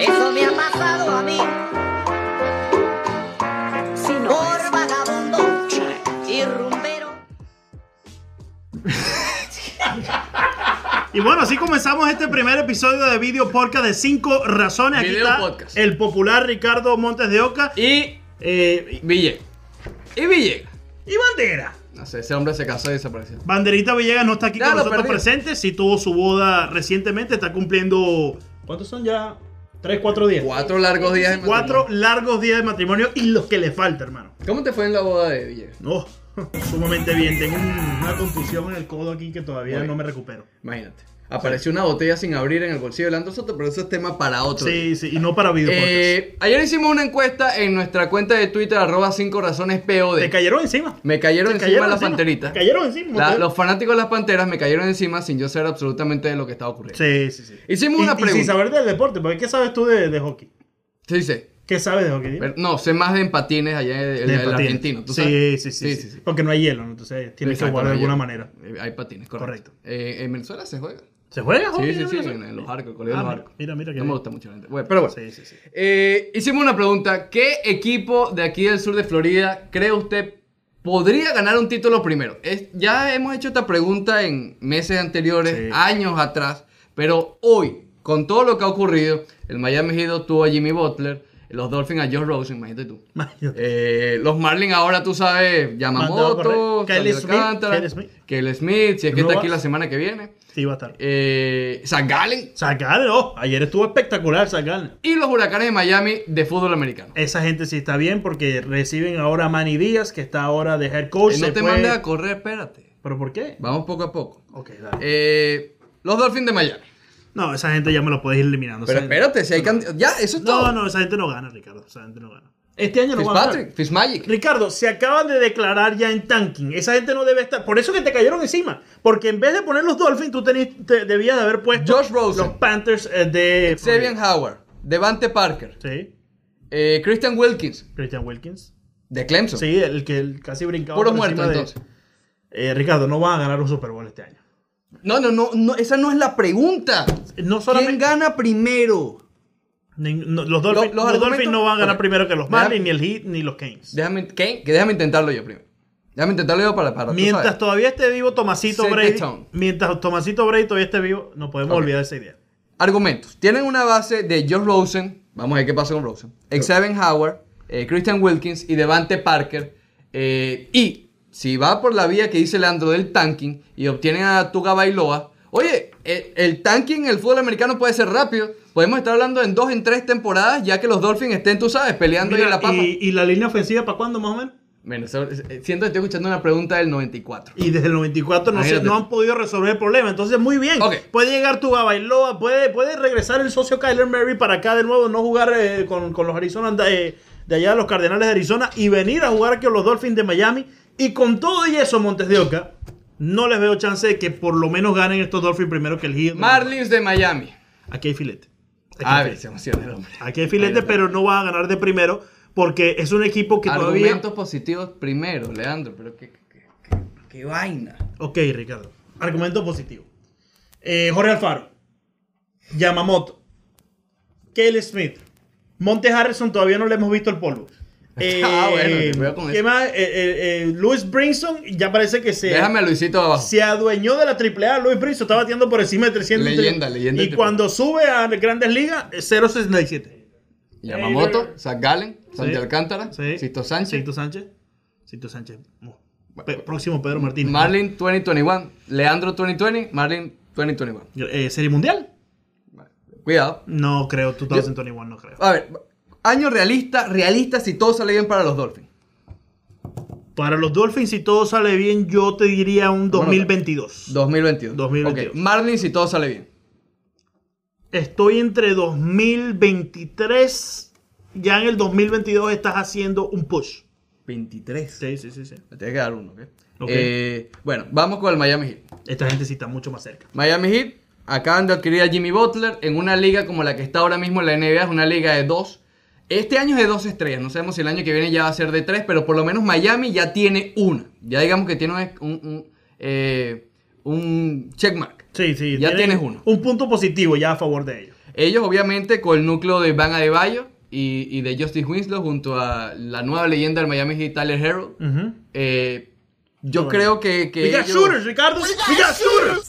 Eso me ha pasado a mí. Por vagabundo y rumbero. Y bueno, así comenzamos este primer episodio de Video Podcast de 5 Razones. Aquí Video está podcast. el popular Ricardo Montes de Oca Y eh, Villegas. Y Villegas. y Bandera. No sé, ese hombre se casó y desapareció. Banderita Villegas no está aquí Ya con lo nosotros perdí. presente, sí tuvo su boda recientemente, está cumpliendo... ¿Cuántos son ya? ¿Tres, cuatro días? Cuatro largos días de Cuatro matrimonio. largos días de matrimonio y los que le falta, hermano. ¿Cómo te fue en la boda de Villegas? No, sumamente bien. Tengo un- una contusión en el codo aquí que todavía Oye. no me recupero. Imagínate. Apareció una botella sin abrir en el bolsillo de Lando Soto, pero eso es tema para otro. día. Sí, sí, y no para video podcast. Eh, ayer hicimos una encuesta en nuestra cuenta de Twitter, arroba 5 razones POD. Te cayeron encima. me cayeron Te encima cayeron las encima. panteritas. Te cayeron encima. pues. La- ¿no? los fanáticos de las panteras me cayeron encima sin yo saber absolutamente de lo que estaba ocurriendo. Sí, sí, sí. Hicimos Y- una y sin pregunta. saber del deporte, porque ¿qué sabes tú de, de hockey? Se dice, ¿Qué sabes de hockey? pero- no, sé más de empatines allá en el, De el patines. argentino. ¿tú sí, sabes? Sí, sí, sí, sí. Porque no hay hielo, ¿no? entonces tienes que jugar de alguna manera. manera. eh, Hay patines, Correcto. correcto. Eh, en Venezuela se juega. ¿Se juega Sí, hockey? sí, en sí, en, Venezuela? en los arcos, el Ah, colegio de los mira, arcos. mira, mira que No me bien. gusta mucho la gente. Bueno, pero bueno. Sí, sí, sí. Eh, hicimos una pregunta. ¿Qué equipo de aquí del sur de Florida cree usted podría ganar un título primero? Es- ya hemos hecho esta pregunta en meses anteriores, Sí. años atrás, pero hoy, con todo lo que ha ocurrido, el Miami Heat tuvo a Jimmy Butler, los Dolphins a Josh Rosen, imagínate tú. Imagínate. Eh, los Marlins ahora, tú sabes, Mandado a Yamamoto, correr. Kelly Sandy Smith, Alcántara, Kelly Smith. Kelly Smith, si es que No está va- aquí la semana que viene. Sí, va a estar. Eh, Zach Gallen Sacarle, oh, ayer estuvo espectacular sacarle. y los Huracanes de Miami de fútbol americano. Esa gente sí está bien porque reciben ahora a Manny Díaz, que está ahora de head coach. Eh, no se te fue- mandes a correr, espérate. ¿Pero por qué? Vamos poco a poco. Ok, dale. Eh, los Dolphins de Miami. no, esa gente ya me lo puedes ir eliminando. Pero esa gente- espérate, si hay candi- Ya, eso es No, todo. no, esa gente no gana, Ricardo. Esa gente no gana. Este año no va a ganar. Fitzpatrick, Fitzmagic. Ricardo, se acaban de declarar ya en tanking. Esa gente no debe estar. Por eso que te cayeron encima. Porque en vez de poner los Dolphins, tú tenías- te debías de haber puesto Josh Rosen. los Panthers eh, de. Xavier Howard. Devante Parker. Sí, eh, Christian Wilkins. Christian Wilkins. De Clemson. Sí, el que el- casi brincaba. Puros por encima muertos, de- entonces. Eh, Ricardo, no van a ganar un Super Bowl este año. No, no, no, no, esa no es la pregunta. No ¿Quién solamente. gana primero? Ning- no, los Dolphins, Los- los los argumentos- Dolphins no van a ganar Ok. primero que los Ya. Marlins, ni el Heat, ni los Kings. Déjame, ¿qué? Que déjame intentarlo yo primero. Déjame intentarlo yo para... para tú mientras sabes. todavía esté vivo Tomasito Set the Brady, tone. mientras Tomasito Brady todavía esté vivo, no podemos Ok. olvidar esa idea. Argumentos. Tienen una base de Josh Rosen. Vamos a ver qué pasa con Rosen. Xavier Howard, eh, Christian Wilkins y Devante Parker. eh, y si va por la vía que dice Leandro del tanking y obtienen a Tuga Bailoa. Oye, el, el tanking en el fútbol americano puede ser rápido. Podemos estar hablando en dos, en tres temporadas, ya que los Dolphins estén, tú sabes, peleando ahí Mira, en la papa. y, y la línea ofensiva para cuándo más o menos? Bueno, eso- eh, siento que estoy escuchando una pregunta del 94. Y desde el 94 no, se- Imagínate. no han podido resolver el problema. Entonces, muy bien. Ok. Puede llegar tu Bailoa, puede, puede regresar el socio Kyler Murray para acá de nuevo, no jugar eh, con, con los Arizona eh, de allá, los Cardenales de Arizona, y venir a jugar con los Dolphins de Miami. Y con todo y eso, Montes de Oca, no les veo chance de que por lo menos ganen estos Dolphins primero que el Heat. Marlins de Miami. Aquí hay filete. Aquí A hay ver, filete. se emociona el hombre. Aquí hay Ah, filete, pero no va a ganar de primero porque es un equipo que todavía. Argumentos positivos primero, Leandro, pero qué, qué- qué- qué- qué vaina. Ok, Ricardo. Argumento positivo. Eh, Jorge Alfaro. Yamamoto. Kelly Smith. Monte Harrison todavía no le hemos visto el polvo. Eh, Ah, bueno, te veo con ¿Qué eso. más? Eh, eh, eh, Louis Brinson ya parece que se, Déjame a Luisito abajo. se adueñó de la AAA. Louis Brinson está batiendo por encima de 300. Leyenda, leyenda Y del cuando sube a Grandes Ligas, eh, 0.67. Yamamoto, Zach Gallen, Santi Sí. Alcántara, Sí. Sisto Sánchez, Sixto Sánchez. Sixto Sánchez. No. Pe- próximo Pedro Martínez. Marlin 2021, Leandro 2020, Marlin 2021. Eh, Serie Mundial. Cuidado. No creo, 2021 no creo. A ver, año realista, realista si todo sale bien para los Dolphins. Para los Dolphins, si todo sale bien, yo te diría un 2022. 2022. 2022. Ok, Marlins si todo sale bien. Estoy entre 2023. Ya en el 2022 estás haciendo un push. 23. Sí, sí, sí. sí. Me tiene que dar uno, ¿ok? Ok. Eh, bueno, vamos con el Miami Heat. Esta gente sí está mucho más cerca. Miami Heat acaban de adquirir a Jimmy Butler en una liga como la que está ahora mismo en la NBA, es una liga de dos. Este año es de dos estrellas, no sabemos si el año que viene ya va a ser de tres, pero por lo menos Miami ya tiene una. Ya digamos que tiene un, un, un, eh, un checkmark. Sí, sí. Ya tienen tienes uno. Un punto positivo ya a favor de ellos. Ellos obviamente con el núcleo de Van Adebayo y, y de Justice Winslow junto a la nueva leyenda del Miami Heat, Tyler Herro. eh, yo Mm. Bueno. creo que... que We got ellos- shooters, Ricardo. We got shooters.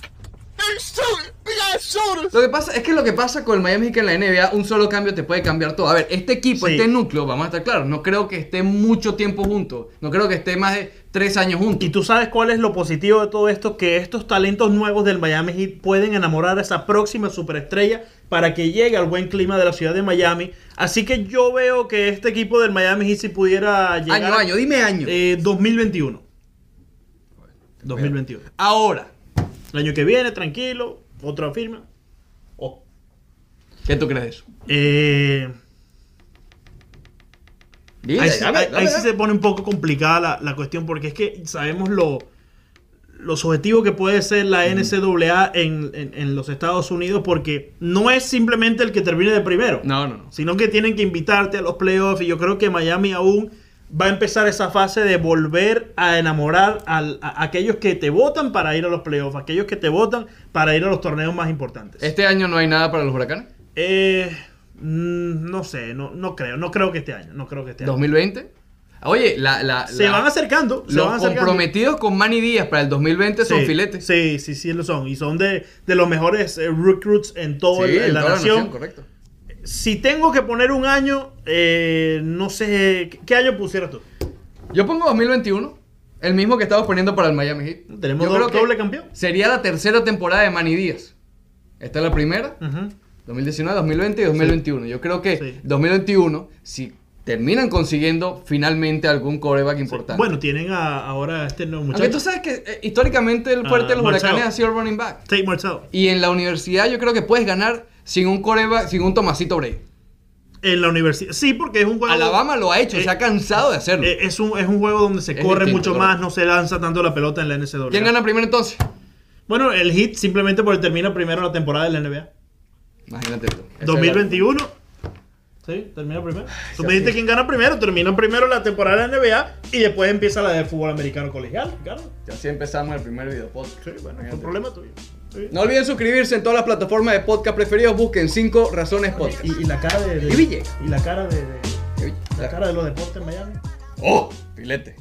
Lo que pasa es que lo que pasa con el Miami Heat en la NBA, un solo cambio te puede cambiar todo. A ver, este equipo, Sí. este núcleo, vamos a estar claros, no creo que esté mucho tiempo juntos. No creo que esté más de tres años Y juntos. tú sabes cuál es lo positivo de todo esto, que estos talentos nuevos del Miami Heat pueden enamorar a esa próxima superestrella para que llegue al buen clima de la ciudad de Miami. Así que yo veo que este equipo del Miami Heat si pudiera llegar Año, a- año, dime año. eh, 2021. 2021. Ahora, El año que viene, tranquilo, otra firma. Oh. ¿qué tú crees de eso? Eh, Dime, ahí sí, dame, ahí- dame, ahí sí dame. se pone un poco complicada la, la cuestión porque es que sabemos lo, los objetivos que puede ser la NCAA en, en- en los Estados Unidos porque no es simplemente el que termine de primero, No, no, no. sino que tienen que invitarte a los playoffs y yo creo que Miami aún va a empezar esa fase de volver a enamorar al- a, a aquellos que te votan para ir a los playoffs, aquellos que te votan para ir a los torneos más importantes. Este año no hay nada para los huracanes. Eh, mm, no sé, no, no creo, no creo que este año, no creo que este año. 2020. Oye, la, la, Se la- van acercando. se los van acercando. comprometidos con Manny Díaz para el 2020 son Sí, filetes. Sí, sí, sí lo son. Y son de, de los mejores eh, recruits en toda Sí, la, en la toda la nación. nación, correcto. Si tengo que poner un año, eh, no sé, ¿qué- ¿qué año pusieras tú? Yo pongo 2021, el mismo que estamos poniendo para el Miami Heat. Tenemos Yo do- creo que doble campeón. Sería la tercera temporada de Manny Díaz. Esta es la primera, Ujú. 2019, 2020 y 2021. Yo creo que Mm. Sí. 2021, si terminan consiguiendo finalmente algún coreback importante. Bueno, tienen a- ahora a este nuevo Aunque muchacho. tú sabes que eh, históricamente el fuerte de Ah, los Marcelo. huracanes ha sido el running back. Tate Martell. Y en la universidad yo creo que puedes ganar sin un coreback, sin un Tomasito Bray. En la universidad. Sí, porque es un juego. Alabama lo ha hecho, Eh, se ha cansado de hacerlo. eh, es, un, es un juego donde se Es corre distinto, mucho ¿no? más, no se lanza tanto la pelota en la NCAA. ¿Quién gana primero entonces? Bueno, el hit simplemente porque termina primero la temporada de la NBA. Imagínate tú. Esa es la- 2021. Sí, termina primero. Tú me sí. dijiste quién gana primero. Termina primero la temporada de la NBA y después empieza la de fútbol americano colegial. Claro. Ya así empezamos el primer video podcast. Sí, bueno, es Imagínate. un problema tuyo. Sí. No olviden suscribirse en todas las plataformas de podcast preferidos. Busquen 5 razones podcast. Y, y la cara de. de- Y Villegas. y la cara de. de- la cara de los deportes en Miami. ¡Oh! Filete.